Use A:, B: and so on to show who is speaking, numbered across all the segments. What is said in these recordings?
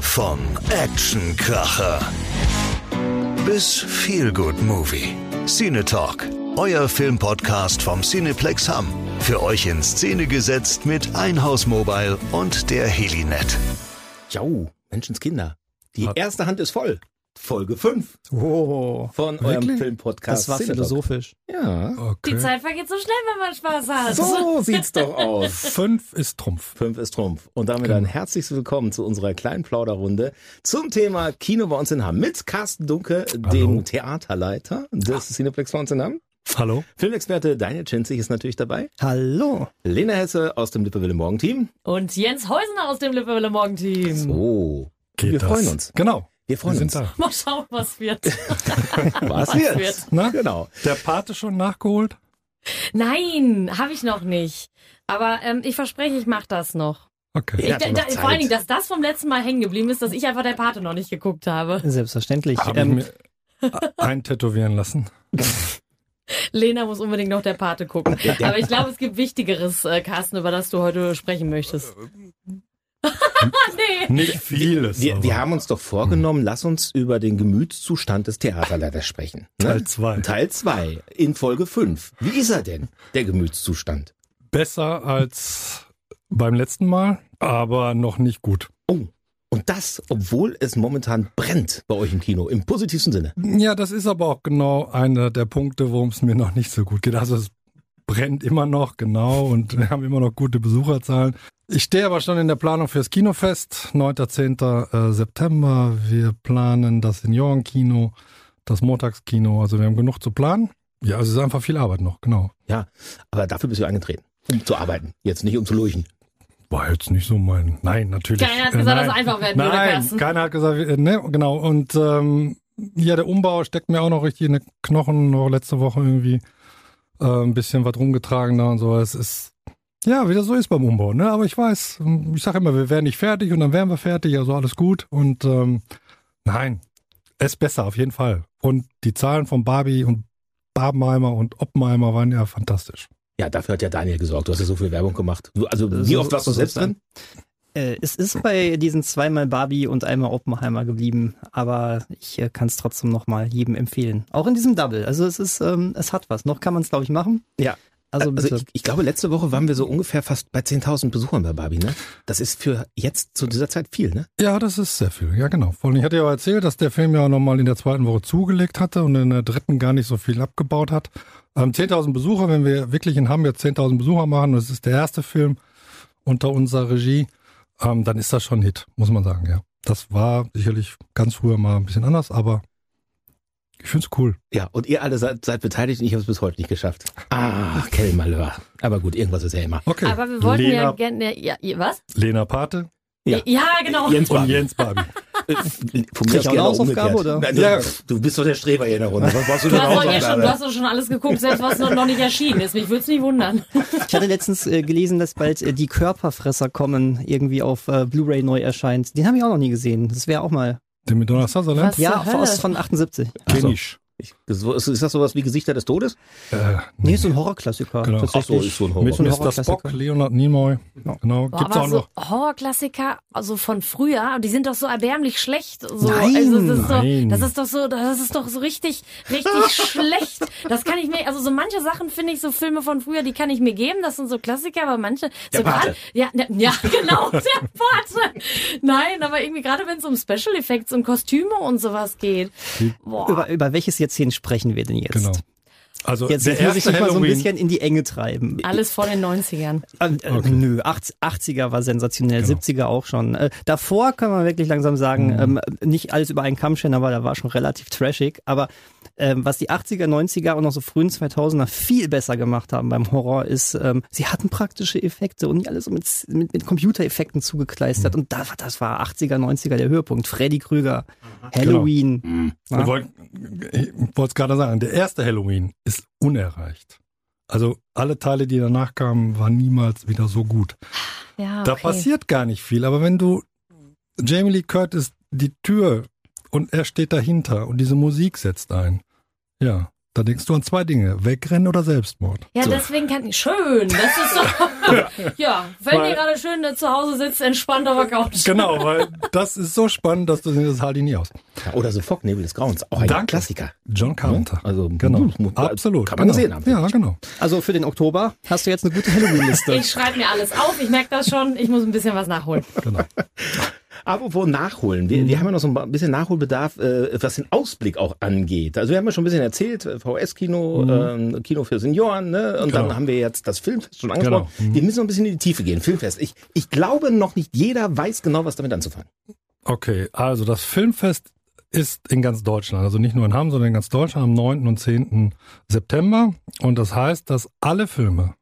A: Vom Actionkracher bis Feelgood Movie. Cine Talk, euer Filmpodcast vom Cineplex Hamm. Für euch in Szene gesetzt mit Einhaus Mobile und der Helinet.
B: Jau, Menschenskinder. Die erste Hand ist voll. Folge 5
C: Oh,
B: von eurem
C: Wirklich?
B: Filmpodcast.
C: das war
B: Cinedog.
C: philosophisch.
B: Ja.
D: Okay.
E: Die Zeit vergeht so schnell, wenn man Spaß hat.
B: So sieht's doch aus. Genau.
D: Fünf ist Trumpf.
B: Fünf ist Trumpf. Und damit ein herzliches Willkommen zu unserer kleinen Plauderrunde zum Thema Kino bei uns in Hamm mit Carsten Dunke, dem Theaterleiter des Cineplex bei uns in Hamm.
D: Hallo.
B: Filmexperte Daniel Schinzig ist natürlich dabei.
C: Hallo.
B: Lena Hesse aus dem Lippewille Morgenteam.
E: Und Jens Häusner aus dem Lippewelle Morgenteam.
B: So.
D: Geht
B: Oh, Wir
D: das?
B: freuen uns.
D: Genau.
B: Hm. Wir freuen
D: wir
B: uns.
D: sind da.
E: Mal schauen, was wird.
B: Was
E: wird?
D: Na?
B: Genau.
D: Der Pate schon nachgeholt?
E: Nein, habe ich noch nicht. Aber ähm, ich verspreche, ich mache das noch.
D: Okay.
B: Ja,
E: ich, da,
B: doch noch
E: da,
B: Zeit.
E: vor allen Dingen, dass das vom letzten Mal hängen geblieben ist, dass ich einfach der Pate noch nicht geguckt habe.
C: Selbstverständlich.
D: Habe
C: Ähm,
D: ich mir a- eintätowieren lassen.
E: Lena muss unbedingt noch der Pate gucken. Aber ich glaube, es gibt Wichtigeres, äh, Carsten, über das du heute sprechen möchtest. nee.
D: Nicht vieles.
B: Wir,
D: aber
B: wir haben uns doch vorgenommen, lass uns über den Gemütszustand des Theaterleiters sprechen. ne?
D: Teil zwei.
B: Teil 2 in Folge 5. Wie ist er denn, der Gemütszustand?
D: Besser als beim letzten Mal, aber noch nicht gut.
B: Und das, obwohl es momentan brennt bei euch im Kino, im positivsten Sinne.
D: Ja, das ist aber auch genau einer der Punkte, worum es mir noch nicht so gut geht. Also es brennt immer noch, genau, und wir haben immer noch gute Besucherzahlen. Ich stehe aber schon in der Planung fürs Kinofest, 9.10. äh, September. Wir planen das Seniorenkino, das Montagskino, also wir haben genug zu planen. Ja, also es ist einfach viel Arbeit noch, genau.
B: Ja, aber dafür bist du angetreten, um zu arbeiten, jetzt nicht um zu lurchen.
D: War jetzt nicht so mein. Nein, natürlich. Äh,
E: Keiner hat gesagt,
D: nein.
E: dass es einfach werden würde,
D: Nein,
E: Carsten.
D: keiner hat gesagt, äh, ne, genau. Und ähm, ja, der Umbau steckt mir auch noch richtig in den Knochen, noch letzte Woche irgendwie äh, ein bisschen was rumgetragen da und so. Es ist, ja, wie das so ist beim Umbau, ne? Aber ich weiß, ähm, ich sage immer, wir wären nicht fertig und dann wären wir fertig, also alles gut. Und ähm, nein, es ist besser, auf jeden Fall. Und die Zahlen von Barbie und Barbenheimer und Oppenheimer waren ja fantastisch.
B: Ja, dafür hat ja Daniel gesorgt, du hast ja so viel Werbung gemacht. Du, also wie
C: So-
B: oft warst du
C: so
B: selbst
C: soll's sein.
B: drin?
C: äh, es ist bei diesen zweimal Barbie und einmal Oppenheimer geblieben, aber ich äh, kann es trotzdem nochmal jedem empfehlen. Auch in diesem Double. Also es ist, ähm, es hat was. Noch kann man es, glaube ich, machen.
B: Ja. Äh,
C: Also bitte.
B: ich, ich glaube, letzte Woche waren wir so ungefähr fast bei 10.000 Besuchern bei Barbie, ne? Das ist für jetzt zu dieser Zeit viel, ne?
D: Ja, das ist sehr viel. Ja, genau. Vor allem, ich hatte ja auch erzählt, dass der Film ja auch nochmal in der zweiten Woche zugelegt hatte und in der dritten gar nicht so viel abgebaut hat. Ähm, 10.000 Besucher, wenn wir wirklich in Hamm jetzt 10.000 Besucher machen, und es ist der erste Film unter unserer Regie, ähm, dann ist das schon ein Hit, muss man sagen, ja. Das war sicherlich ganz früher mal ein bisschen anders, aber ich find's cool.
B: Ja, und ihr alle seid, seid beteiligt und ich habe es bis heute nicht geschafft. Ah, Kell Malheur. Aber gut, irgendwas ist ja immer.
D: Okay.
E: Aber wir wollten
D: Lena,
E: ja gerne. Ja, was?
D: Lena Pate
B: Ja.
E: ja genau.
B: Jens
D: und
B: Barbie.
D: Jens Barbie.
B: Äh, Von mir aus
C: ich auch
B: gerne
C: eine Hausaufgabe,
B: umgekehrt.
C: oder?
B: Nein, du,
D: Ja.
B: du bist doch der Streber hier in der Runde. Was brauchst du
E: Du
B: denn
D: Genau
E: hast, doch ja schon, du
B: Hausaufgabe?
E: hast doch schon alles geguckt, selbst was noch, noch nicht erschienen ist. Mich würde es nicht wundern.
C: Ich hatte letztens äh, gelesen, dass bald äh, die Körperfresser kommen, irgendwie auf äh, Blu-ray neu erscheint. Den habe ich auch noch nie gesehen. Das wäre auch mal.
D: Den mit Donald Sutherland.
E: Was?
C: Ja,
E: zur Hölle?
C: aus von 78.
B: Ach so.
D: Kenn ich.
B: Ich- so- Ist, ist das sowas wie Gesichter des Todes?
D: Äh,
C: Nee, ist so ein Horrorklassiker.
D: Genau.
B: Ach so,
C: tatsächlich.
B: ist so ein
D: mit
B: Horror.
C: Horror-
D: Mr. Spock,
C: Horrorklassiker.
D: Leonard Nimoy.
C: Ja.
D: Genau. Gibt's
E: aber
D: auch noch.
E: so Horrorklassiker, also von früher, die sind doch so erbärmlich schlecht. So.
C: Nein,
E: also das, ist
D: nein.
E: So, das ist doch so, das ist doch so richtig, richtig schlecht. Das kann ich mir, also so manche Sachen finde ich so Filme von früher, die kann ich mir geben. Das sind so Klassiker, aber manche.
B: Der
E: so grad-
B: Pate.
E: ja, ne- ja, genau, der Pate. Nein, aber irgendwie gerade wenn es um Special Effects und Kostüme und sowas geht.
D: Hm.
E: Boah.
C: Über, über welches Jahrzehnt sprechen wir denn jetzt?
D: Genau. Also
C: Jetzt
D: der
C: muss ich
D: erste
C: dich mal so ein
D: Halloween.
C: bisschen in die Enge treiben.
E: Alles vor den 90ern.
C: Ähm, äh, Nö, 80, 80er war sensationell, 70er auch schon. Äh, davor kann man wirklich langsam sagen, ähm, nicht alles über einen Kamm scheren, aber da war schon relativ trashig. Aber ähm, was die 80er, 90er und noch so frühen 2000er viel besser gemacht haben beim Horror ist, ähm, sie hatten praktische Effekte und nicht alles so mit, mit, mit Computereffekten zugekleistert. Und das, das war 80er, 90er der Höhepunkt. Freddy Krüger, Halloween.
B: Hm.
D: Wir
C: Ah.
D: wollten- Ich wollte es gerade sagen, der erste Halloween ist unerreicht. Also alle Teile, die danach kamen, waren niemals wieder so gut.
E: Ja,
D: Da passiert gar nicht viel, aber wenn du Jamie Lee Curtis die Tür und er steht dahinter und diese Musik setzt ein, ja, Da denkst du an zwei Dinge, wegrennen oder Selbstmord.
E: Ja,
D: so.
E: deswegen kann ich. Schön, das ist doch. ja, wenn
D: Weil-
E: ihr gerade schön äh, zu Hause sitzt, entspannt auf der Couch.
D: Genau, weil das ist so spannebend, dass du das halte ich nie aus.
B: Ja, Oder so Focknebel des Grauens. Auch ein
D: Danke.
B: Klassiker.
D: John Carpenter.
B: Also,
D: genau.
B: mu- mu-
D: Absolut.
B: kann man
D: genau.
B: gesehen haben.
D: Ja, genau.
C: Also für den Oktober hast du jetzt eine gute Halloween-Liste.
E: Ich schreibe mir alles auf, ich merke das schon, ich muss ein bisschen was nachholen.
D: genau.
B: Apropos Nachholen. Wir,
D: Mhm.
B: wir haben ja noch so ein bisschen Nachholbedarf, äh, was den Ausblick auch angeht. Also wir haben ja schon ein bisschen erzählt, äh, VS-Kino, ähm, Kino für Senioren, ne? Und dann
D: Mhm. Genau.
B: haben wir jetzt das Filmfest schon angesprochen.
D: Genau. Mhm.
B: Wir müssen noch ein bisschen in die Tiefe gehen. Filmfest. Ich, ich glaube noch nicht jeder weiß genau, was damit anzufangen.
D: Okay, also das Filmfest ist in ganz Deutschland, also nicht nur in Hamm, sondern in ganz Deutschland am 9. und 10. September. Und das heißt, dass alle Filme,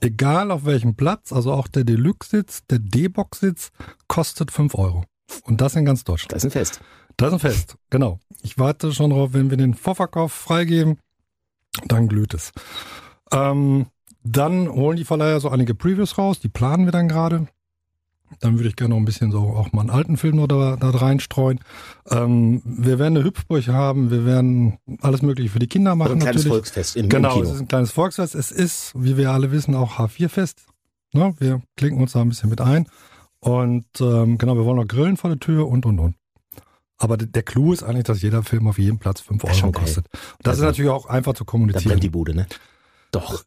D: egal auf welchem Platz, also auch der Deluxe-Sitz, der D-Box-Sitz, kostet 5 Euro. Und das in ganz Deutschland.
B: Das ist ein Fest.
D: Das ist ein Fest, genau. Ich warte schon drauf, wenn wir den Vorverkauf freigeben, dann glüht es. Ähm, dann holen die Verleiher so einige Previews raus, die planen wir dann gerade. Dann würde ich gerne noch ein bisschen so auch mal einen alten Film noch da, da reinstreuen. Ähm, wir werden eine Hüpfbrüche haben, wir werden alles Mögliche für die Kinder machen.
B: Also ein kleines
D: natürlich.
B: Volksfest im, im
D: Genau, es
B: Kino.
D: ist ein kleines Volksfest. Es ist, wie wir alle wissen, auch H4-Fest. Ne? Wir klinken uns da ein bisschen mit ein. Und ähm, genau, wir wollen noch grillen vor der Tür und und und. Aber der- der Clou ist eigentlich, dass jeder Film auf jedem Platz 5
B: Das ist
D: Euro
B: schon geil.
D: kostet. Und das
B: Also,
D: ist natürlich auch einfach zu
B: Da brennt die
D: kommunizieren.
B: Bude, ne? Doch.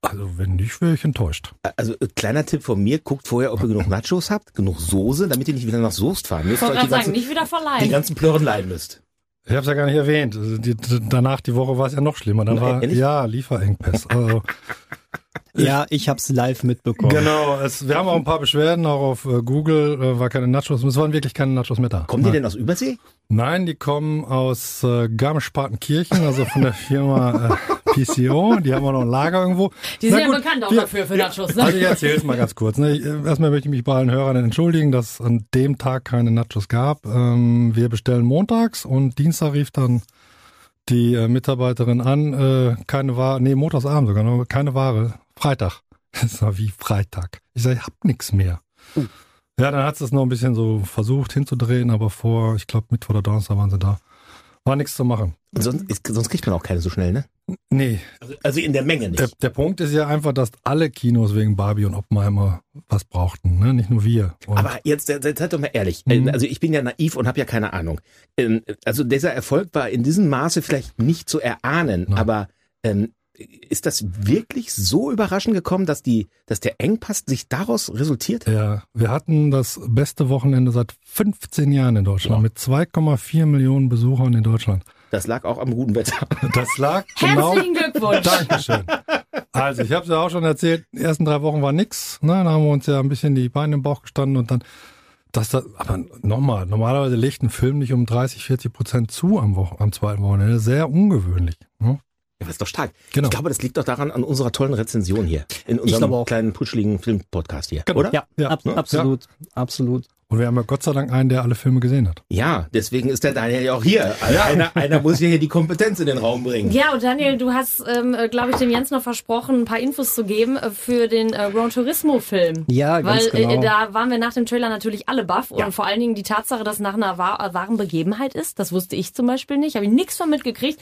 D: Also wenn nicht, wäre ich enttäuscht.
B: Also äh, kleiner Tipp von mir, guckt vorher, ob ihr genug Nachos habt, genug Soße, damit ihr nicht wieder nach Soest fahren
E: Ich
B: müsst,
E: wollte
B: weil ihr die
E: gerade sagen,
B: ganzen,
E: nicht wieder
B: die
E: verleihen.
B: ganzen Plörren leiden müsst.
D: Ich habe es ja gar nicht erwähnt. Also Die, d- danach die Woche war es ja noch schlimmer. Dann
B: Nein,
D: war
B: ehrlich?
D: ja Lieferengpass. Also,
C: ja, ich hab's live mitbekommen.
D: genau. Es, wir haben auch ein paar Beschwerden auch auf äh, Google. Äh, war keine Nachos. Es waren wirklich keine Nachos mehr da.
B: Kommen die
D: Nein.
B: denn aus Übersee?
D: Nein, die kommen aus äh, Garmisch-Partenkirchen, also von der Firma äh, PCO. Die haben auch noch ein Lager irgendwo.
E: Die
D: Na
E: sind ja
D: gut,
E: bekannt auch
D: wir-
E: dafür, für Nachos. Ne?
D: Also ich erzähle es mal ganz kurz. Ne? Ich, äh, erstmal möchte ich mich bei allen Hörern entschuldigen, dass an dem Tag keine Nachos gab. Ähm, wir bestellen montags und Dienstag rief dann die äh, Mitarbeiterin an, äh, keine Ware, nee, montagsabend sogar, noch, keine Ware, Freitag. Das war wie Freitag. Ich sage, ich hab nichts mehr. Ja, dann hat sie es noch ein bisschen so versucht hinzudrehen, aber vor, ich glaube, Mittwoch oder Donnerstag waren sie da. War nichts zu machen.
B: Und sonst, ist, sonst kriegt man auch keine so schnell, ne?
D: Nee,
B: Also in der Menge nicht.
D: der, der Punkt ist ja einfach, dass alle Kinos wegen Barbie und Oppenheimer was brauchten, ne? nicht nur wir. Und
B: Aber jetzt, jetzt seid doch mal ehrlich.
D: Mhm.
B: Also ich bin ja naiv und habe ja keine Ahnung. Ähm, Also dieser Erfolg war in diesem Maße vielleicht nicht zu erahnen,
D: Nein.
B: aber ähm, ist das wirklich so überraschend gekommen, dass die, dass der Engpass sich daraus resultiert hat?
D: Ja, wir hatten das beste Wochenende seit 15 Jahren in Deutschland mit 2,4 Millionen Besuchern in Deutschland.
B: Das lag auch am guten Wetter.
D: Das lag genau.
E: Herzlichen Glückwunsch.
D: Dankeschön. Also, ich habe es ja auch schon erzählt, die ersten drei Wochen war nix. Ne? Dann haben wir uns ja ein bisschen die Beine im Bauch gestanden und dann, dass das, aber nochmal, normalerweise legt ein Film nicht um 30, 40 Prozent zu am, Wochen, am zweiten Wochenende. Sehr ungewöhnlich. Ne?
B: Ja, das ist doch stark.
D: Genau.
B: Ich glaube, das liegt doch daran an unserer tollen Rezension hier. In
C: glaube
B: unserem
C: auch.
B: kleinen putschligen Filmpodcast hier,
D: Genau.
B: oder?
C: Ja,
D: Ja,
C: ab,
D: ne?
C: absolut, absolut.
D: Und wir haben ja Gott sei Dank einen, der alle Filme gesehen hat.
B: Ja, deswegen ist der Daniel ja auch hier. Also Einer, einer muss ja hier die Kompetenz in den Raum bringen.
E: Ja, und Daniel, du hast, ähm, glaube ich, dem Jens noch versprochen, ein paar Infos zu geben äh, für den äh, Gran Turismo-Film.
C: Ja, ganz
E: Weil
C: genau.
E: äh, da waren wir nach dem Trailer natürlich alle baff und vor allen Dingen die Tatsache, dass nach einer wahr, äh, wahren Begebenheit ist, das wusste ich zum Beispiel nicht, habe ich nichts von mitgekriegt.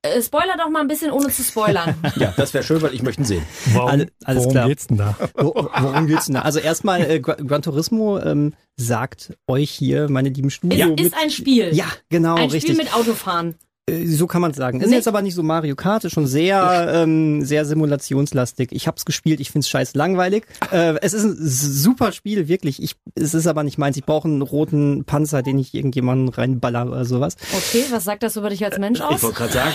E: Äh, spoiler doch mal ein bisschen, ohne zu spoilern.
B: Ja, das wäre schön, weil ich möchte ihn sehen.
D: Warum,
C: Alle- alles
D: worum
C: klar.
D: geht's denn da?
C: Wo- Worum geht's denn da? Also erstmal, äh, Gra- Gran Turismo ähm, sagt euch hier, meine lieben
E: es
C: Studio.
E: ist ein Spiel.
C: ja, genau,
E: Ein
C: richtig.
E: Spiel mit Autofahren.
C: Äh, so kann man sagen. Ist
E: Nee.
C: jetzt aber nicht so Mario Kart, ist schon sehr, ähm, sehr simulationslastig. Ich hab's gespielt, ich find's scheiß langweilig. Äh, es ist ein s- super Spiel, wirklich. Ich, es ist aber nicht meins. Ich brauche einen roten Panzer, den ich irgendjemanden reinballer oder sowas.
E: Okay, was sagt das über dich als Mensch aus?
B: gerade sagen.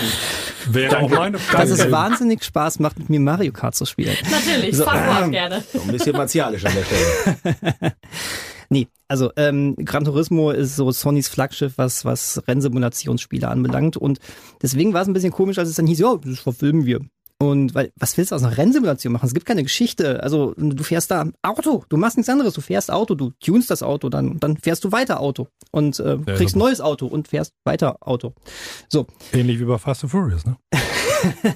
D: Wäre auch meine Frage.
C: Dass es wahnsinnig Spaß macht, mit mir Mario Kart zu spielen.
E: Natürlich, so, fang
C: ähm.
E: gerne.
B: So ein bisschen martialisch an der Stelle.
C: Nee, also ähm, Gran Turismo ist so Sonys Flaggschiff, was, was Rennsimulationsspiele anbelangt. Und deswegen war es ein bisschen komisch, als es dann hieß, ja, das verfilmen wir. Und weil, was willst du aus einer Rennsimulation machen? Es gibt keine Geschichte. Also du fährst da Auto, du machst nichts anderes. Du fährst Auto, du tunst das Auto dann, dann fährst du weiter Auto und äh, kriegst
D: super.
C: ein neues Auto und fährst weiter Auto. So,
D: Ähnlich wie bei Fast and Furious, ne?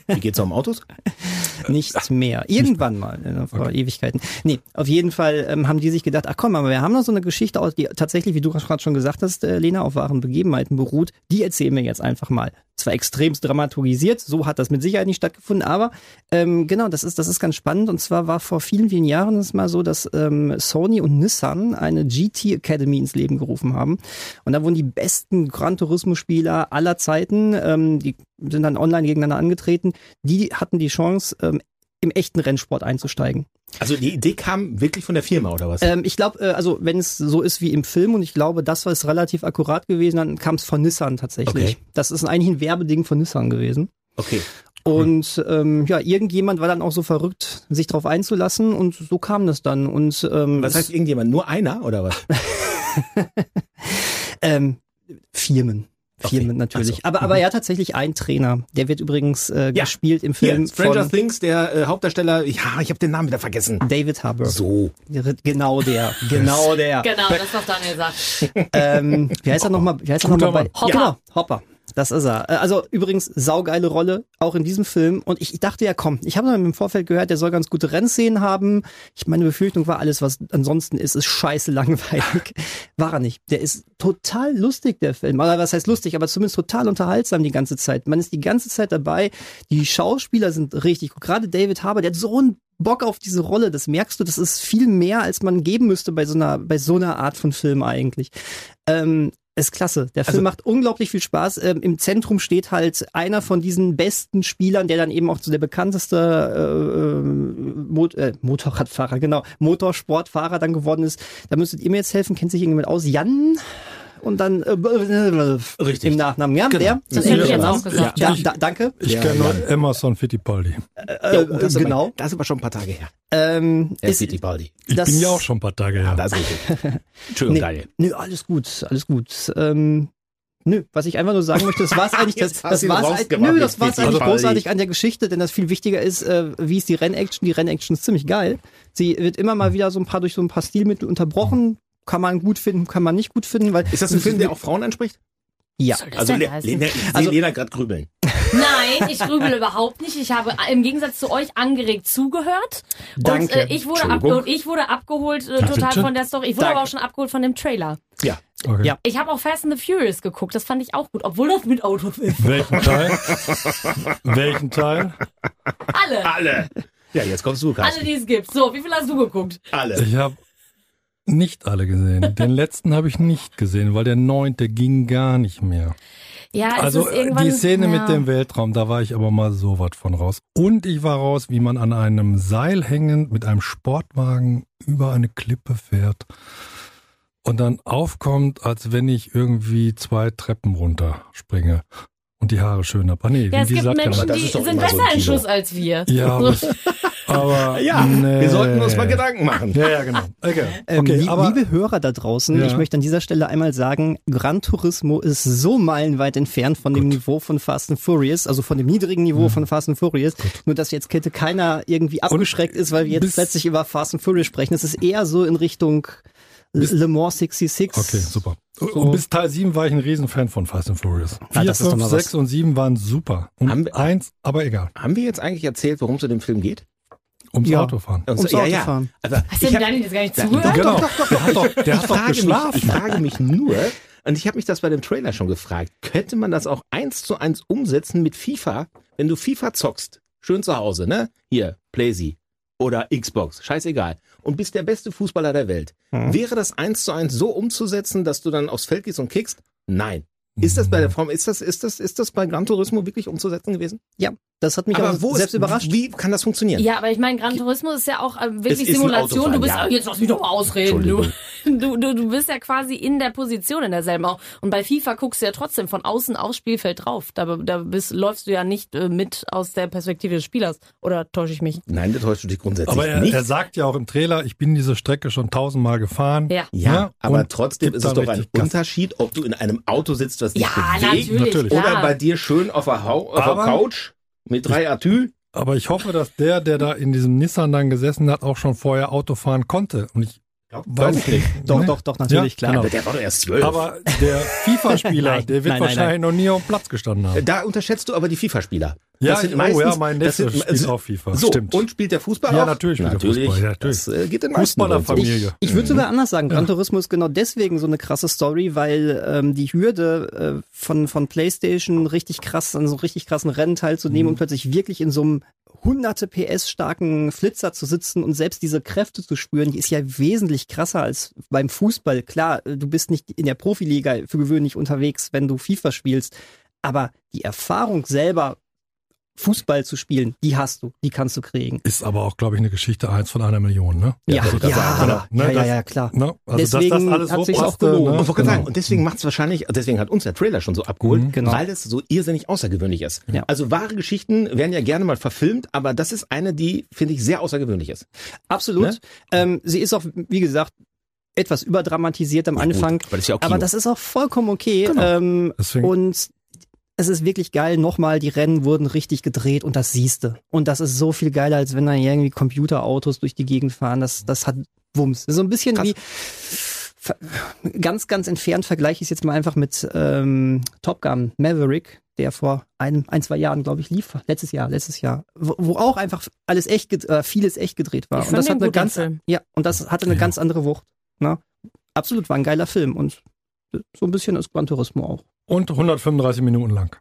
B: Wie geht's noch um Autos?
C: Nicht mehr. Irgendwann mal, äh, vor Ewigkeiten. Nee, auf jeden Fall ähm, haben die sich gedacht, ach komm, aber wir haben noch so eine Geschichte, aus, die tatsächlich, wie du gerade schon gesagt hast, äh, Lena, auf wahren Begebenheiten beruht. Die erzählen wir jetzt einfach mal. Zwar extremst dramaturgisiert, so hat das mit Sicherheit nicht stattgefunden, aber ähm, genau, das ist, das ist ganz spannend. Und zwar war vor vielen, vielen Jahren es mal so, dass ähm, Sony und Nissan eine GT Academy ins Leben gerufen haben. Und da wurden die besten Gran Turismo-Spieler aller Zeiten, ähm, die sind dann online gegeneinander angetreten, die hatten die Chance, ähm, im echten Rennsport einzusteigen.
B: Also die Idee kam wirklich von der Firma oder was?
C: Ähm, ich glaube, äh, also wenn es so ist wie im Film und ich glaube, das war es relativ akkurat gewesen, dann kam es von Nissan tatsächlich.
B: Okay.
C: Das ist eigentlich ein Werbeding von Nissan gewesen.
B: Okay.
C: Und ähm, ja, irgendjemand war dann auch so verrückt, sich drauf einzulassen und so kam das dann. Und ähm,
B: Was heißt irgendjemand? Nur einer oder was?
C: ähm, Firmen.
B: Okay.
C: Firmen
B: Ach
C: natürlich.
B: so. Mhm.
C: Aber, aber ja, tatsächlich ein Trainer. Der wird übrigens äh,
B: Ja.
C: gespielt im
B: Hier,
C: Film
B: Stranger
C: von
B: Things, der äh, Hauptdarsteller. Ja, ich habe den Namen wieder vergessen.
C: David Harbour.
B: So.
C: Genau der. Genau der.
E: Genau, das, was Daniel sagt.
C: ähm, wie heißt er nochmal? Wie heißt er
D: Guter
C: nochmal? bei-
E: Mann.
C: Ja, genau, Hopper. Das ist er. Äh, Also übrigens, saugeile Rolle, auch in diesem Film. Und ich, ich dachte ja, komm, ich habe im Vorfeld gehört, der soll ganz gute Rennszenen haben. Ich meine Befürchtung war, alles, was ansonsten ist, ist scheiße langweilig. War er nicht. Der ist total lustig, der Film. Oder was heißt lustig, aber zumindest total unterhaltsam die ganze Zeit. Man ist die ganze Zeit dabei. Die Schauspieler sind richtig gut. Gerade David Harbour, der hat so einen Bock auf diese Rolle, das merkst du, das ist viel mehr, als man geben müsste bei so einer, bei so einer Art von Film eigentlich. Ähm, ist klasse. Der
B: Also
C: Film macht unglaublich viel Spaß. Ähm, Im Zentrum steht halt einer von diesen besten Spielern, der dann eben auch so der bekannteste äh, ähm, Mot äh, Motorradfahrer, genau, Motorsportfahrer dann geworden ist. Da müsstet ihr mir jetzt helfen, kennt sich irgendjemand aus? Jan? Und dann äh,
B: Richtig. Genau.
C: im Nachnamen. Ja, der?
E: Das hätte ich jetzt auch gesagt.
C: Da, da, danke.
D: Ich kenne nur Emerson Fittipaldi.
B: Ja,
C: Äh,
B: oh, das ist aber-
C: genau.
B: Das ist aber schon ein paar Tage her.
C: Ähm,
B: Der
C: ist-
B: City Baldi.
D: Ich
C: Das-
D: bin ja auch schon ein paar Tage her.
B: Das ist richtig. Entschuldigung, Daniel.
C: Nö, alles gut, alles gut. Ähm, nö, was ich einfach nur sagen möchte, das war's eigentlich, das,
B: Jetzt hast
C: das
B: du ihn
C: war's, eigentlich-
B: rausgemacht,
C: nö, das war's
B: Vicky.
C: eigentlich
B: Also-
C: großartig an der Geschichte, denn das viel wichtiger ist, äh, wie ist die Rennaction? Die Rennaction ist ziemlich geil. Sie wird immer mal wieder so ein paar durch so ein paar Stilmittel unterbrochen. Kann man gut finden, kann man nicht gut finden, weil
B: Ist das ein Film, der auch Frauen anspricht?
C: ja.
E: Soll das
B: Also
E: denn
B: Le
E: heißen?
B: Lena, ich sehe
C: Also-
B: Lena gerade grübeln.
E: Nein, ich grübele überhaupt nicht. Ich habe äh, im Gegensatz zu euch angeregt zugehört. Und,
C: Danke.
E: äh, ich, wurde ab,
B: Entschuldigung.
E: und ich wurde abgeholt äh, total
D: bitte.
E: von der Story. Ich wurde
C: Danke.
E: aber auch schon abgeholt von dem Trailer.
B: Ja.
D: Okay.
C: Ja.
E: Ich habe auch Fast and the Furious geguckt. Das fand ich auch gut, obwohl das mit Autos ist.
D: Welchen Teil? Welchen Teil?
E: Alle,
B: Alle. Ja, jetzt kommst du,
E: alle,
B: Carsten.
E: die es gibt. So, wie viel hast du geguckt?
B: Alle.
D: Ich habe nicht alle gesehen. Den letzten habe ich nicht gesehen, weil der neunte ging gar nicht mehr.
E: Ja, es
D: Also
E: ist
D: äh,
E: irgendwann,
D: die Szene
E: ja.
D: mit dem Weltraum, da war ich aber mal so was von raus. Und ich war raus, wie man an einem Seil hängend mit einem Sportwagen über eine Klippe fährt und dann aufkommt, als wenn ich irgendwie zwei Treppen runter springe und die Haare schön hab. Ah nee,
E: Ja, es
D: die
E: gibt
D: sagt
E: Menschen,
D: keiner.
B: das
E: die
B: ist doch
E: sind
B: immer so
E: besser
B: ein
E: in
B: Kino.
E: Schuss als wir.
D: Ja, aber, aber
B: Ja,
D: nee.
B: wir sollten uns mal Gedanken machen.
D: Ja, ja, genau. Okay,
C: Ähm,
D: okay
C: lie-
D: aber
C: liebe Hörer da draußen,
D: Ja.
C: ich möchte an dieser Stelle einmal sagen, Gran Turismo ist so meilenweit entfernt von dem Niveau von Fast and Furious, also von dem niedrigen Niveau
D: Hm.
C: von Fast and Furious. Nur, dass jetzt Kette keiner irgendwie abgeschreckt ist, weil wir jetzt
D: bis-
C: plötzlich über Fast and Furious sprechen. Es ist eher so in Richtung Le Mans 66.
D: Okay, super. Und bis Teil 7 war ich ein Riesenfan von Fast and Furious.
C: Ah,
D: 4,
C: das ist doch
D: 5,
C: mal was.
D: 6 und 7 waren super.
B: Haben
D: Und
B: wir-
D: 1, aber egal.
B: Haben wir jetzt eigentlich erzählt, worum es in dem Film geht?
D: Ums
C: Ja.
D: Autofahren.
B: Und
C: Ums
B: so-
C: Auto fahren.
B: Also,
E: Hast du
B: ich
E: dem
B: hab,
E: Daniel jetzt gar nicht
B: Ja,
E: zugehört?
D: genau. Der hat doch, der
B: ich,
D: hat doch
B: frage mich, ich
D: geschlafen.
B: frage mich nur, und ich habe mich das bei dem Trailer schon gefragt, könnte man das auch eins zu eins umsetzen mit FIFA, wenn du FIFA zockst, schön zu Hause, ne? Hier, Playsee oder Xbox, scheißegal, und bist der beste Fußballer der Welt.
D: Mhm.
B: Wäre das eins zu eins so umzusetzen, dass du dann aufs Feld gehst und kickst? Nein. Ist das bei
D: Mhm.
B: der Form, ist das, ist das, ist das bei Gran Turismo wirklich umzusetzen gewesen?
C: Ja, das hat mich aber, selbst überrascht.
B: Wie kann das funktionieren?
E: Ja, aber ich meine, Gran Turismo ist ja auch äh,
B: Es ist
E: wirklich
B: ein
E: Simulation. Du
B: Autofahren,
E: bist
B: ja.
E: Ah, jetzt lass mich doch mal ausreden. Du,
B: Entschuldigung.
E: du, du, du bist ja quasi in der Position in derselben auch. Und bei FIFA guckst du ja trotzdem von außen aufs Spielfeld drauf. Da, da bist, läufst du ja nicht äh, mit aus der Perspektive des Spielers. Oder täusche ich mich?
B: Nein, da täuscht du dich grundsätzlich
D: Aber er,
B: nicht.
D: er sagt ja auch im Trailer, ich bin diese Strecke schon tausendmal gefahren.
E: Ja.
B: Ja, aber
D: und
B: trotzdem
D: gibt
B: ist es
D: da
B: doch ein
D: richtig Gas.
B: Unterschied, ob du in einem Auto sitzt, was dich
E: Ja,
B: bewegt,
E: natürlich.
D: natürlich.
E: Klar.
B: oder bei dir schön auf der, Hau auf der
D: Aber-
B: Couch mit drei Atü.
D: Aber ich hoffe, dass der, der da in diesem Nissan dann gesessen hat, auch schon vorher Auto fahren konnte. Und ich weiß
B: Doch,
D: nicht.
C: Doch,
D: Ne?
C: doch, doch, natürlich,
D: Ja,
C: klar.
D: genau.
B: Aber der war doch erst zwölf.
D: Aber der FIFA-Spieler,
C: Nein,
D: der wird
C: nein, nein,
D: wahrscheinlich noch nie auf dem Platz gestanden haben.
B: da unterschätzt du aber die FIFA-Spieler.
D: Ja,
B: das sind
D: ich- oh
B: meistens,
D: ja, mein
B: das
D: Neffe
B: sind- also
D: spielt auch FIFA,
B: So,
D: stimmt.
B: Und spielt der Fußball
D: Ja,
B: auch?
D: natürlich spielt er
B: natürlich.
D: Fußball, ja, natürlich.
B: Das äh, geht den meisten
D: Fußballerfamilie.
B: Leuten so.
C: Ich, ich
D: Mhm.
C: würde sogar anders sagen, Gran Turismo ist genau deswegen so eine krasse Story, weil ähm, die Hürde äh, von, von PlayStation richtig krass an so richtig krassen Rennen teilzunehmen
D: Mhm.
C: und plötzlich wirklich in so einem hunderte PS starken Flitzer zu sitzen und selbst diese Kräfte zu spüren, die ist ja wesentlich krasser als beim Fußball. Klar, äh, du bist nicht in der Profiliga für gewöhnlich unterwegs, wenn du FIFA spielst, aber die Erfahrung selber Fußball zu spielen, die hast du, die kannst du kriegen.
D: Ist aber auch, glaube ich, eine Geschichte eins von einer Million, ne?
B: Ja,
C: Ja,
B: also
C: ja,
B: das war-
C: ja,
D: genau, ne,
C: ja, ja,
D: das-
C: klar.
D: Ne? Also,
C: Deswegen hat sich's auch
D: passte,
C: gelohnt.
D: ne?
B: Und, wollte gerade
D: Genau.
B: sagen, und deswegen macht es wahrscheinlich, deswegen hat uns der Trailer schon so abgeholt,
D: Mhm.
C: Mhm. Genau.
B: weil es so irrsinnig außergewöhnlich ist.
C: Ja.
B: Also wahre Geschichten werden ja gerne mal verfilmt, aber das ist eine, die, finde ich, sehr außergewöhnlich ist.
C: Absolut.
B: Ne?
C: Ähm, sie ist auch, wie gesagt, etwas überdramatisiert am Anfang.
B: Gut, weil das ist ja auch Kino.
C: Aber das ist auch vollkommen okay.
B: Genau.
C: Ähm,
D: Deswegen,
C: und es ist wirklich geil. Nochmal, die Rennen wurden richtig gedreht und das siehste. Und das ist so viel geiler, als wenn da irgendwie Computerautos durch die Gegend fahren. Das, das hat Wumms. So ein bisschen
B: Krass.
C: wie ver- ganz, ganz entfernt vergleiche ich es jetzt mal einfach mit ähm, Top Gun Maverick, der vor einem, ein, zwei Jahren, glaube ich, lief. Letztes Jahr, letztes Jahr. Wo, wo auch einfach alles echt, ged- äh, vieles echt gedreht war.
E: Ich
C: und
E: fand
C: das
E: den
C: hat eine
E: gut, äh, den
C: ganz,
E: Film.
C: ja, und das hatte eine
D: Ja.
C: ganz andere Wucht. Ne? Absolut war ein geiler Film und so ein bisschen ist Gran Turismo auch.
D: und 135 Minuten lang.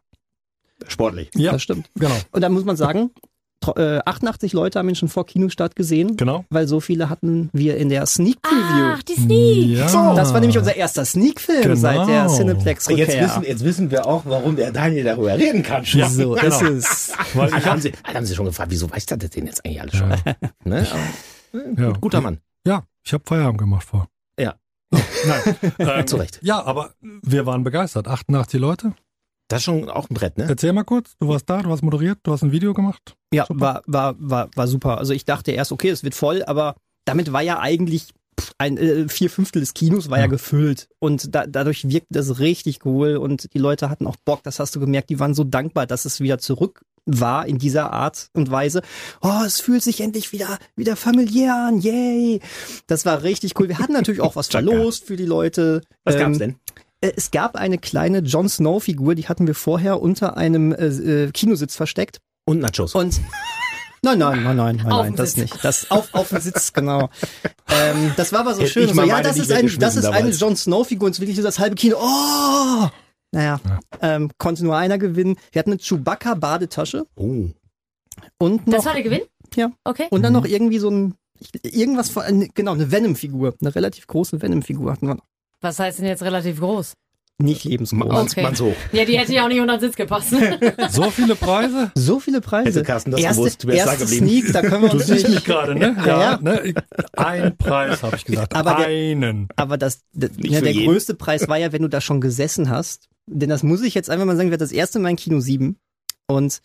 B: sportlich.
D: Ja.
C: Das stimmt.
D: Genau,
C: Und da muss man sagen, tro- äh, 88 Leute haben ihn schon vor Kinostart gesehen,
D: genau.
C: weil so viele hatten wir in der Sneak Preview.
E: Ach, die Sneak.
D: Ja.
C: Das war nämlich unser erster Sneak-Film
D: Genau.
C: seit der cineplex
B: Jetzt
C: Rückkehr.
B: wissen, jetzt wissen wir auch, warum der Daniel darüber reden kann.
D: Ja,
C: So
D: genau.
C: ist es.
D: Weil
B: Alle
D: ich
B: haben,
D: hab,
B: sie, alle haben sie schon gefragt, wieso weiß der das denn jetzt eigentlich alles schon?
D: ja,
B: Ne? Aber, äh,
D: Ja.
B: gut, guter Mann.
D: ja, ich habe Feierabend gemacht vor.
B: Ja.
D: So, nein. ähm,
B: Zu Recht.
D: Ja, aber wir waren begeistert. 88 Leute.
B: Das ist schon auch ein Brett,
C: Ähm,
B: ne?
D: Erzähl mal kurz, du warst da, du hast moderiert, du hast ein Video gemacht.
C: Ja,
D: Super.
C: war, war, war, war super. Also ich dachte erst, okay, es wird voll, aber damit war ja eigentlich pff, ein äh, vier Fünftel des Kinos war ja,
D: Ja.
C: gefüllt und da, dadurch wirkte das richtig cool und die Leute hatten auch Bock, das hast du gemerkt, die waren so dankbar, dass es wieder zurück war in dieser Art und Weise. Oh, es fühlt sich endlich wieder wieder familiär an, yay! Das war richtig cool. Wir hatten natürlich auch was
B: Chaka.
C: verlost für die Leute.
B: Was
C: Ähm,
B: gab's denn?
C: äh, Es gab eine kleine Jon Snow-Figur, die hatten wir vorher unter einem äh, äh, Kinositz versteckt.
B: Und Nachos.
C: Und nein, nein, nein, nein, nein,
E: Auf
C: nein
E: den
C: das
E: Sitz.
C: nicht. Das auf auf den Sitz, genau. Ähm, das war aber so
B: Hätte
C: schön.
B: ich
C: So,
B: mal
C: ja,
B: meine
C: das
B: nicht
C: ist ein, das
B: weggeschmissen
C: ist eine
B: damals.
C: Jon Snow Figur und es ist wirklich so das halbe Kino. Oh, naja,
D: Ja.
C: ähm, konnte nur einer gewinnen. Wir hatten eine Chewbacca Badetasche
B: oh.
C: und Mhm. noch
E: Das war der Gewinn?
C: Ja.
E: Okay.
C: und dann noch irgendwie so ein ich- irgendwas von eine- genau eine Venom Figur, eine relativ große Venom Figur hatten wir noch.
E: Was heißt denn jetzt relativ groß?
C: Nicht
B: Ma-
C: lebensgroß.
B: Man's,
E: Okay.
B: man's hoch.
E: Ja, die hätte ja auch nicht unter den Sitz gepasst.
D: So viele Preise?
C: So viele Preise.
B: Hätte Carsten das
C: Also erste,
B: gewusst, wär's da
C: erste
B: geblieben.
C: Sneak, da können wir
D: Du
C: uns
D: siehst
C: nicht
D: mich gerade, ne?
C: Ja, ja.
D: ne? Ich, ein Preis habe ich gesagt.
C: Aber der-
D: einen.
C: Aber das, d-
B: Nicht
C: ja,
B: für
C: der
B: jeden.
C: größte Preis war ja, wenn du da schon gesessen hast. Denn das muss ich jetzt einfach mal sagen, wir hatten das erste Mal in Kino 7. Und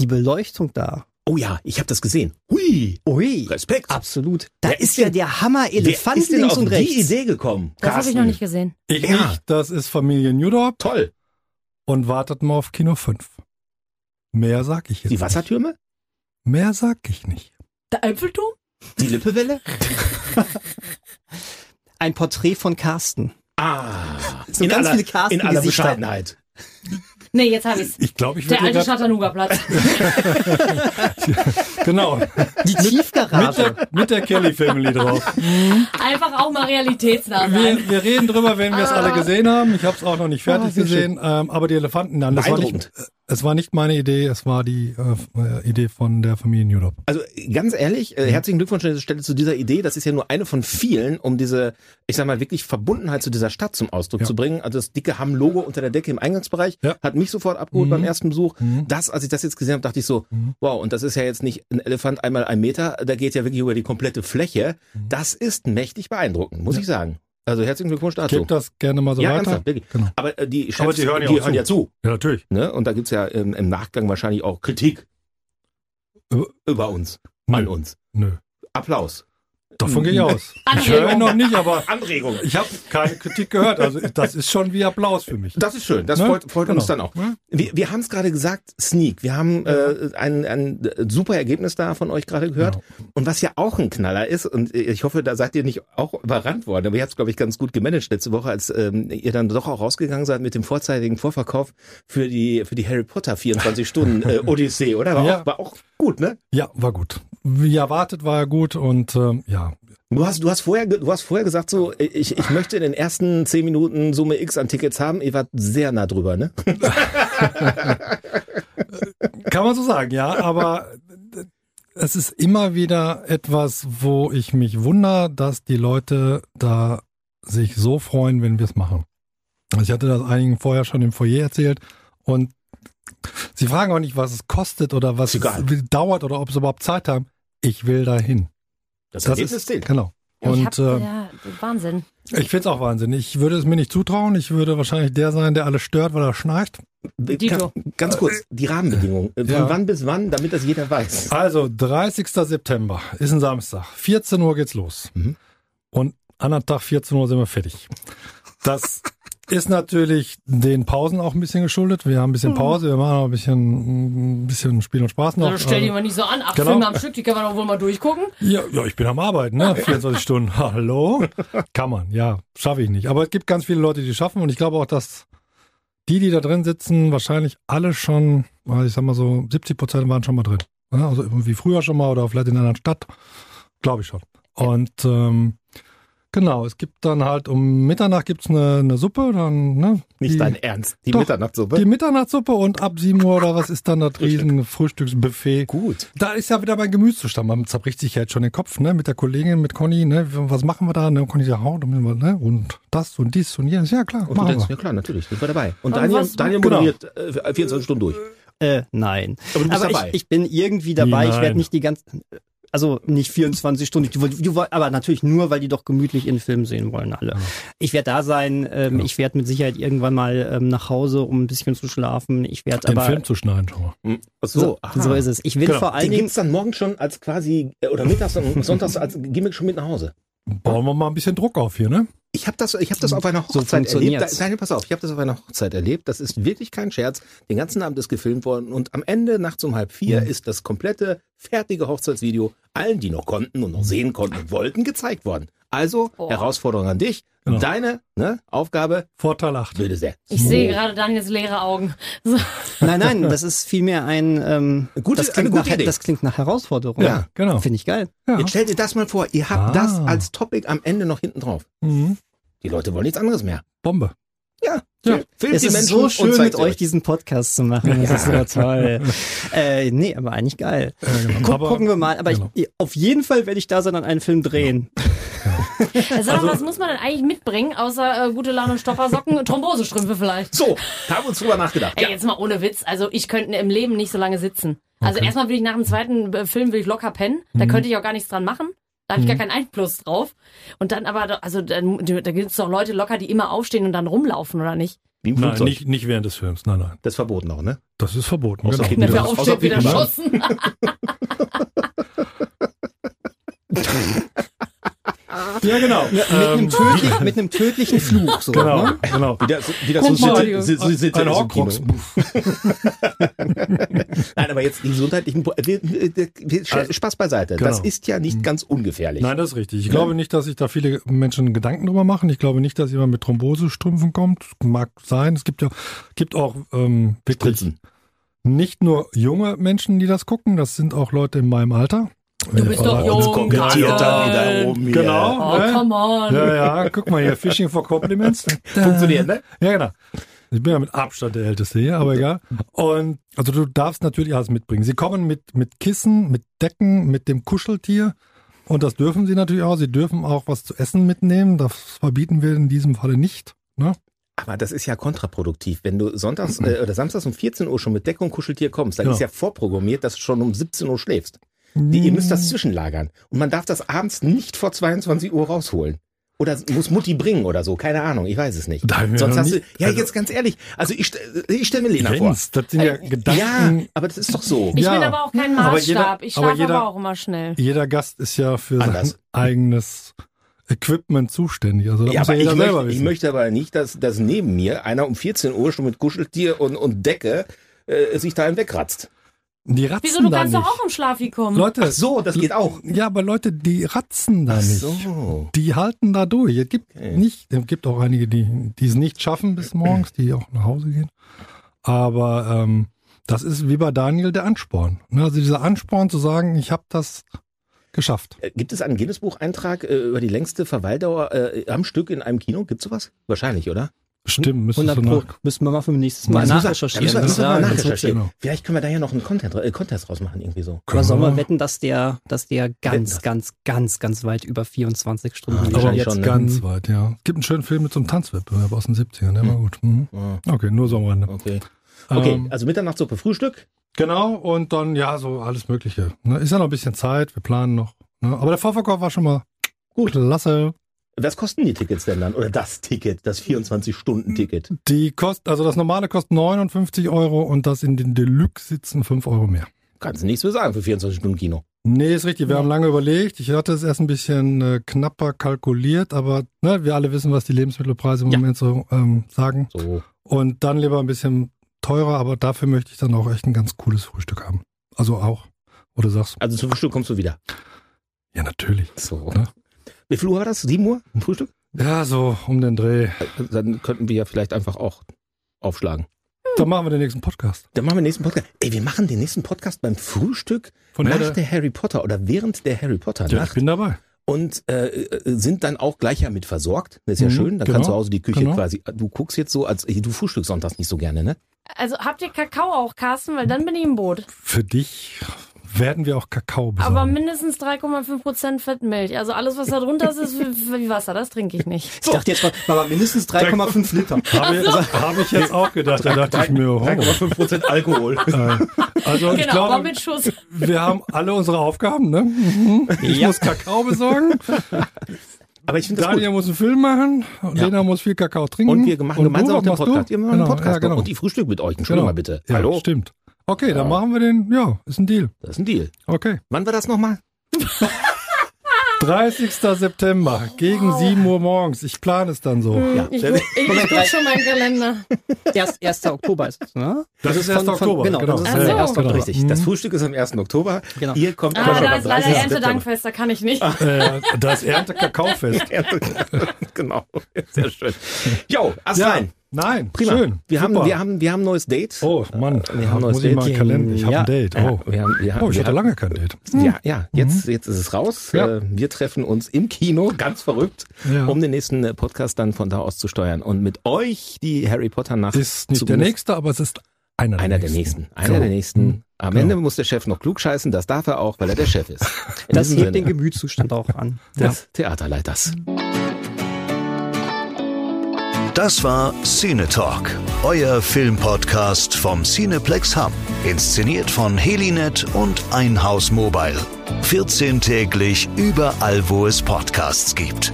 C: die Beleuchtung da.
B: Oh ja, ich habe das gesehen. Hui.
C: Ui.
B: Respekt.
C: Absolut. Da
B: Wer
C: ist,
B: ist
C: ja
B: denn-
C: der Hammer
B: Wer
C: Elefant
B: ist denn
C: links
B: auf
C: und
B: die
C: rechts.
B: Idee gekommen?
E: Das habe ich
B: Carsten?
E: noch nicht gesehen.
D: Ich
B: Ja.
D: nicht. Das ist Familie Newdorp
B: Toll.
D: und wartet mal auf Kino 5. Mehr sag ich jetzt.
B: Die
D: nicht.
B: Wassertürme?
D: Mehr sag ich nicht.
E: Der Eiffelturm?
B: Die Lippewelle?
C: Ein Porträt von Carsten.
B: Ah.
C: So ganz
B: aller,
C: viele Carsten
B: in aller
C: Gesichter.
B: Bescheidenheit.
E: Nee, jetzt habe ich's.
D: Ich glaube, ich
E: Der
D: würde
E: alte
D: grad,
E: Chattanooga-Platz.
D: genau
C: Die
D: mit
C: Tiefgarage.
D: der, mit der Kelly Family drauf.
E: Einfach auch mal realitätsnah sein.
D: Wir, wir reden drüber, wenn wir es alle gesehen haben. Ich habe es auch noch nicht fertig
C: Ah, sehr
D: gesehen. Ähm, aber die Elefanten, nein, das war nicht, äh, es war nicht meine Idee, es war die äh, Idee von der Familie Newdorp.
B: Also ganz ehrlich,
D: Mhm.
B: äh, herzlichen Glückwunsch an dieser Stelle zu dieser Idee. Das ist ja nur eine von vielen, um diese, ich sag mal, wirklich Verbundenheit zu dieser Stadt zum Ausdruck
D: Ja.
B: zu bringen. Also das dicke Hamm-Logo unter der Decke im Eingangsbereich
D: Ja.
B: hat mich sofort abgeholt
D: Mhm.
B: beim ersten Besuch.
D: Mhm.
B: Das, als ich das jetzt gesehen habe, dachte ich so,
D: Mhm.
B: wow, und das ist ja jetzt nicht ein Elefant einmal ein Meter, da geht ja wirklich über die komplette Fläche.
D: Mhm.
B: Das ist mächtig beeindruckend, muss ich sagen. Also herzlichen Glückwunsch dazu.
D: Gebt das gerne mal so
B: ja,
D: weiter.
B: ernsthaft, wirklich.
D: Genau.
B: Aber äh, die Chefs,
D: Aber die hören ja auch zu.
B: ja zu.
D: Ja, natürlich.
B: Ne? Und da gibt's ja ähm, im Nachgang wahrscheinlich auch Kritik
D: Äh,
B: über uns, an uns.
D: Hm. Nö.
B: Applaus. Hm.
D: Davon gehe ich aus. Ich
E: Anregung.
D: höre ihn noch nicht, aber
B: Anregung.
D: ich habe keine Kritik gehört. Also das ist schon wie Applaus für mich.
B: Das ist schön, das
D: Ne?
B: freut, freut uns dann
D: Genau.
B: auch. Wir, wir haben es gerade gesagt, Sneak. Wir haben äh, ein, ein super Ergebnis da von euch gerade gehört.
D: Genau.
B: Und was ja auch ein Knaller ist, und ich hoffe, da seid ihr nicht auch überrannt worden, aber ihr habt es, glaube ich, ganz gut gemanagt letzte Woche, als ähm, ihr dann doch auch rausgegangen seid mit dem vorzeitigen Vorverkauf für die, für die Harry Potter 24 Stunden äh, Odyssee, oder? War,
D: Ja.
B: auch, war auch gut, ne?
D: Ja, war gut. Wie erwartet war er gut und ähm, ja,
B: Du hast, du hast vorher, ge- du hast vorher gesagt so, ich, ich möchte in den ersten 10 Minuten Summe X an Tickets haben. Ihr wart sehr nah drüber, ne?
D: Kann man so sagen, ja, aber es ist immer wieder etwas, wo ich mich wundere, dass die Leute da sich so freuen, wenn wir es machen. Also ich hatte das einigen vorher schon im Foyer erzählt und sie fragen auch nicht, was es kostet oder was
B: Ist egal.
D: es dauert oder ob sie überhaupt Zeit haben. Ich will dahin. Genau.
E: ich
D: Und
E: hab, äh,
D: äh,
E: ja, Wahnsinn.
D: ich finde es auch Wahnsinn. Ich würde es mir nicht zutrauen. Ich würde wahrscheinlich der sein, der alle stört, weil er schnarcht.
E: Dito.
B: Ganz, ganz kurz, die Rahmenbedingungen. Äh, Von
D: Ja.
B: wann bis wann, damit das jeder weiß.
D: Also, 30. September ist ein Samstag. 14 Uhr geht's los.
B: Mhm.
D: Und anderen Tag 14 Uhr sind wir fertig. Das ist natürlich den Pausen auch ein bisschen geschuldet. Wir haben ein
E: Mhm.
D: bisschen Pause, wir machen auch ein bisschen, ein bisschen Spiel und Spaß noch.
E: Also stell die mal nicht so an. Acht
D: Genau.
E: Filme am Stück, die kann man doch wohl mal durchgucken.
D: Ja, ja, ich bin am Arbeiten, ne? 24 Stunden. Hallo? Kann man, ja. Schaffe ich nicht. Aber es gibt ganz viele Leute, die schaffen. Und ich glaube auch, dass die, die da drin sitzen, wahrscheinlich alle schon, also ich sag mal so, 70 Prozent waren schon mal drin. Ne? Also irgendwie früher schon mal oder vielleicht in einer anderen Stadt. Glaube ich schon. Und ähm, genau, es gibt dann halt um Mitternacht gibt's eine, eine Suppe. Dann, ne?
B: Nicht
D: die,
B: dein Ernst. Die
D: Doch.
B: Mitternachtssuppe.
D: Die Mitternachtssuppe und ab 7 Uhr oder was ist dann das riesen Frühstücksbuffet.
B: Gut.
D: Da ist ja wieder mein Gemütszustand. Man zerbricht sich ja jetzt schon den Kopf, ne? Mit der Kollegin, mit Conny, ne? Was machen wir da? Ne? Und Conny sagt, hau, da müssen wir, ne? Und das und dies und jenes. Ja, klar,
B: Und du
D: machen
B: denkst,
D: wir.
B: ja klar, natürlich, sind wir dabei. Und
E: Aber
B: Daniel,
E: was-
B: Daniel
D: genau.
B: moderiert äh, 24 Stunden durch.
C: Äh, nein.
B: Aber du bist
C: aber
B: dabei.
C: Ich, ich bin irgendwie dabei. Ich
D: Nein.
C: werde nicht die ganze, also nicht 24 Stunden. Du, du, aber natürlich nur, weil die doch gemütlich in Film sehen wollen alle. Ich werde da sein. Ähm, Ich werde mit Sicherheit irgendwann mal ähm, nach Hause, um ein bisschen zu schlafen. Ich werde
D: Den
C: aber
D: Film zu schneiden schon mal.
B: Hm. Ach
C: so,
B: aha.
C: so ist es. Ich will
D: Genau.
C: vor allen
B: Den
C: Dingen
B: gibt's dann morgen schon als quasi, äh, oder mittags und sonntags als Gimmick schon mit nach Hause.
D: Bauen wir mal ein bisschen Druck auf hier, ne?
B: Ich habe das, ich hab das auf einer
C: So
B: Hochzeit erlebt.
C: funktioniert's.
B: Da- Daniel, pass auf, ich habe das auf einer Hochzeit erlebt. Das ist wirklich kein Scherz. Den ganzen Abend ist gefilmt worden und am Ende, nachts um halb vier,
C: Mhm.
B: ist das komplette, fertige Hochzeitsvideo allen, die noch konnten und noch sehen konnten und wollten, gezeigt worden. Also,
E: Boah.
B: Herausforderung an dich.
D: Genau.
B: Deine ne, Aufgabe,
D: Vorteil 8.
B: wilde sehr.
E: Ich sehe gerade Daniels leere Augen. So.
C: Nein, nein, das ist vielmehr ein. Ähm,
B: Gute-
C: das, klingt
B: eine gute
C: nach,
B: Idee.
C: das klingt nach Herausforderung.
B: Ja,
D: genau.
C: Finde ich geil.
D: Ja.
B: Jetzt stellt ihr das mal vor. Ihr habt
D: Ah.
B: das als Topic am Ende noch hinten drauf.
D: Mhm.
B: Die Leute wollen nichts anderes mehr.
D: Bombe.
B: Ja.
D: Ja.
B: Filmt
C: Es
B: die
C: ist
B: Menschen
C: so
B: und
C: schön,
B: zeigt sie
C: mit euch diesen Podcast zu machen. Das ist immer toll. äh, nee, aber eigentlich geil.
B: genau. Mhm.
C: Guck,
D: Aber-
C: gucken wir mal. Aber
D: genau.
C: ich, auf jeden Fall werde ich da sein und einen
B: Genau.
C: Film drehen.
E: Sag mal, was muss man denn eigentlich mitbringen, außer äh, gute Laune, Stoppersocken, Thrombosestrümpfe vielleicht?
B: So, haben uns drüber nachgedacht.
E: Ey, jetzt mal ohne Witz. Also ich könnte im Leben nicht so lange sitzen. Also erstmal würde ich nach dem zweiten äh, Film würde ich locker pennen.
D: Mhm.
E: Da könnte ich auch gar nichts dran machen. Da habe ich gar keinen Einfluss drauf. Und dann aber, da- also dann, da gibt es doch Leute locker, die immer aufstehen und dann rumlaufen, oder nicht?
B: Wie im
D: Nein,
B: Flugzeug.
D: nicht, nicht während des Films. Nein, nein.
B: Das ist verboten auch, ne?
D: Das ist verboten.
B: Außer Kinder-
E: Wenn
B: Ja,
E: wir
B: außer
E: aufstehen, wieder
B: Pipi-Mann.
E: schossen.
D: Ja, genau.
C: Mit, einem, tödlichen, mit einem tödlichen Fluch. So,
D: Genau,
C: ne?
D: genau.
B: Wie das, wie das so
E: Guck mal,
B: sitzt-
E: Audio.
B: sitzt- sitzt- sitzt-
D: Ein
B: im
D: Horcrux.
B: Kino. Nein, aber jetzt die gesundheitlichen Pro- wir- wir- wir-
D: Also,
B: Spaß beiseite. Das
D: genau.
B: ist ja nicht ganz ungefährlich.
D: Nein, das ist richtig. Ich glaube nicht, dass sich da viele Menschen Gedanken drüber machen. Ich glaube nicht, dass jemand mit Thrombosestrümpfen kommt. Mag sein. Es gibt ja gibt auch ähm, wirklich
B: Spritzen.
D: nicht nur junge Menschen, die das gucken. Das sind auch Leute in meinem Alter. Äh,
E: Du bist doch
D: Uns
E: jung,
D: kommentiert
E: Daniel.
D: da
E: wieder
B: oben.
D: Genau.
E: Oh,
D: ne?
E: come on.
D: Ja, ja. Guck mal hier, Fishing for Compliments.
B: Funktioniert, ne?
D: Ja, genau. Ich bin ja mit Abstand der Älteste hier, aber egal. Und also du darfst natürlich alles mitbringen. Sie kommen mit, mit Kissen, mit Decken, mit dem Kuscheltier. Und das dürfen sie natürlich auch. Sie dürfen auch was zu essen mitnehmen. Das verbieten wir in diesem Falle nicht. Ne?
B: Aber das ist ja kontraproduktiv. Wenn du sonntags äh, oder samstags um 14 Uhr schon mit Deckung Kuscheltier kommst, dann
D: Ja.
B: ist ja vorprogrammiert, dass du schon um 17 Uhr schläfst. Die, ihr müsst das zwischenlagern. Und man darf das abends nicht vor 22 Uhr rausholen. Oder muss Mutti bringen oder so, keine Ahnung, ich weiß es nicht.
D: Da haben wir
B: Sonst
D: noch
B: hast du,
D: nie-
B: ja,
D: also-
B: jetzt ganz ehrlich, also ich, st- ich stelle mir Lena vor.
D: Jens, das sind Äh, ja Gedanken.
B: Ja, aber das ist doch so.
E: Ich
D: Ja.
E: bin aber auch kein
D: Aber
E: Maßstab.
D: jeder-
E: ich
D: aber
E: schlafe aber,
D: jeder-
E: auch immer schnell.
D: Jeder Gast ist ja für
B: Anders.
D: sein eigenes Equipment zuständig. Also da
B: Ja,
D: muss ja
B: aber ich
D: jeder selber
B: möchte, ich
D: wissen.
B: möchte aber nicht, dass, dass neben mir einer um 14 Uhr schon mit Kuscheltier und, und Decke äh, sich da hinwegkratzt.
D: die ratzen
E: Wieso, du
D: da
E: kannst
D: nicht.
E: doch auch im Schlafi kommen.
D: Leute,
B: Ach so, das geht auch.
D: ja, aber Leute, die ratzen da nicht. Die halten da durch. Es gibt
B: Okay.
D: nicht, es gibt auch einige, die, die es nicht schaffen bis morgens, die auch nach Hause gehen. Aber ähm, das ist wie bei Daniel der Ansporn. Ne? Also dieser Ansporn zu sagen, ich habe das geschafft.
B: Äh, Gibt es einen Guinness-Buch-Eintrag äh, über die längste Verweildauer äh, am Stück in einem Kino? Gibt's sowas? Wahrscheinlich, oder?
D: Stimmt, müsstest
C: 100
D: du
C: Pro.
D: nach.
C: Müssen wir mal für nächstes Mal
B: Das muss er-
C: nachrecherchieren.
B: da
D: das
B: müssen wir- müssen
D: ja,
B: wir mal
D: das wird's
B: nachrecherchieren.
D: genau.
B: Vielleicht können wir da ja noch einen Content, äh, Contest draus machen, irgendwie so.
C: Aber sollen wir
D: Genau.
C: wetten, dass der, dass der
B: Wetten.
C: ganz, ganz, ganz, ganz weit über 24 Stunden liegt?
D: Aber
B: Wahrscheinlich
D: jetzt
B: schon, ne?
D: ganz weit, ja. Es gibt einen schönen Film mit so einem Tanzwettbewerb aus den 70ern, der war gut. Mhm.
B: Ah,
D: Okay, nur so am Rande.
B: Okay. Okay,
D: Ähm,
B: also Mitternachtssuppe, Frühstück.
D: Genau, und dann, ja, so alles Mögliche. Ne? Ist ja noch ein bisschen Zeit, wir planen noch. Ne? Aber der Vorverkauf war schon mal
B: Gut.
D: klasse.
B: Was kosten die Tickets denn dann? Oder das Ticket, das 24-Stunden-Ticket?
D: Die kost, also das normale kostet 59 Euro und das in den Deluxe sitzen 5 Euro mehr.
B: Kannst du nichts mehr sagen für 24-Stunden-Kino.
D: Nee, ist richtig. Wir haben lange überlegt. Ich hatte es erst ein bisschen äh, knapper kalkuliert, aber ne, wir alle wissen, was die Lebensmittelpreise im
B: Ja.
D: Moment so ähm, sagen.
B: So.
D: Und dann lieber ein bisschen teurer, aber dafür möchte ich dann auch echt ein ganz cooles Frühstück haben. Also auch, wo du sagst,
B: Also zum Frühstück kommst du wieder.
D: ja natürlich.
B: So.
D: Ja.
B: Wie viel Uhr war das? 7 Uhr? Ein Frühstück?
D: Ja, so um den Dreh.
B: Äh, Dann könnten wir ja vielleicht einfach auch aufschlagen.
D: Dann machen wir den nächsten Podcast.
B: Dann machen wir den nächsten Podcast. Ey, wir machen den nächsten Podcast beim Frühstück
D: Von
B: nach
D: daher-
B: der Harry Potter oder während der Harry Potter
D: Ja, ich
B: Nacht
D: bin dabei.
B: und äh, äh, sind dann auch gleich ja mit versorgt. Das ist ja
D: Mhm,
B: schön. Dann kannst
D: genau,
B: du zu Hause die Küche
D: genau.
B: quasi. Du guckst jetzt so, als du frühstückst sonntags nicht so gerne, ne?
E: Also habt ihr Kakao auch, Carsten? Weil dann bin ich im Boot.
D: Für dich werden wir auch Kakao besorgen.
E: Aber mindestens 3,5% Fettmilch. Also alles, was da drunter ist, ist wie wie Wasser. Das trinke ich nicht.
C: Ich dachte jetzt mal, aber mindestens 3,5 Liter.
D: Habe hab ich jetzt auch gedacht. Da dachte ich mir, oh. äh,
B: 3,5% Alkohol.
D: Also ich
E: genau, aber
D: glaube,
E: mit Schuss.
D: wir haben alle unsere Aufgaben. Ne? Mhm. Ich muss Kakao besorgen,
B: Aber ich finde das
D: Daniel
B: gut.
D: muss einen Film machen, Lena muss viel Kakao trinken.
B: Und wir machen
D: du,
B: gemeinsam auch
D: was
B: den
D: machst du?
B: Podcast. Wir machen
D: genau,
B: einen Podcast
D: ja, genau.
B: und die Frühstück mit euch. Entschuldigung
D: genau.
B: mal bitte.
D: Ja,
B: Hallo?
D: stimmt. Okay, dann machen wir den. Ja, ist ein Deal.
B: Das ist ein Deal.
D: Okay.
B: Wann war das nochmal?
D: 30. September gegen 7 Uhr morgens. Ich plane es dann so.
B: Ja.
E: Ich, gu- ich, ich guck schon meinen Kalender.
C: Erst, 1. Oktober ist es, ne?
D: Das ist 1.
C: Von- von-
D: Oktober.
C: genau,
D: das
E: ist der 1.
D: Oktober.
B: Richtig. Das Frühstück ist am 1. Oktober.
C: Genau.
B: Ihr kommt
E: Ah,
B: schon
E: da
B: am
E: ist leider
B: 30.
E: Erntedankfest, da kann ich nicht.
D: Äh, das Ernte-Kakaofest.
B: September. genau. Sehr schön. Jo, Astrein.
D: Nein,
B: Prima.
D: schön.
B: Wir, haben,
D: Super.
B: wir, haben, wir haben ein neues Date.
D: Oh
B: äh,
D: Mann,
B: Wir haben neues
D: muss ich mal einen
B: Date.
D: Kalender. Ich habe
C: Ja.
D: ein Date.
B: Ja,
D: Oh.
B: wir haben, wir haben,
D: oh, ich
B: wir
D: hatte
B: haben,
D: lange kein Date.
B: Ja, ja jetzt, jetzt ist es raus.
D: Ja.
B: Äh, Wir treffen uns im Kino, ganz verrückt,
D: Ja.
B: um den nächsten äh, Podcast dann von da aus zu steuern und mit euch die Harry Potter Nacht.
D: Ist nicht
B: zu
D: der
B: genießen.
D: nächste, aber es ist einer der
B: Einer der
D: nächsten.
B: nächsten. Einer der nächsten. Am
D: Genau.
B: Ende muss der Chef noch klug scheißen, das darf er auch, weil er der Chef ist. In
C: Das
B: diesem
C: hebt den
B: Sinne,
C: Gemütszustand auch an.
B: des Theaterleiters.
A: Das war Cine Talk, euer Filmpodcast vom Cineplex Hamm. Inszeniert von Helinet und Einhaus Mobile. 14 täglich überall, wo es Podcasts gibt.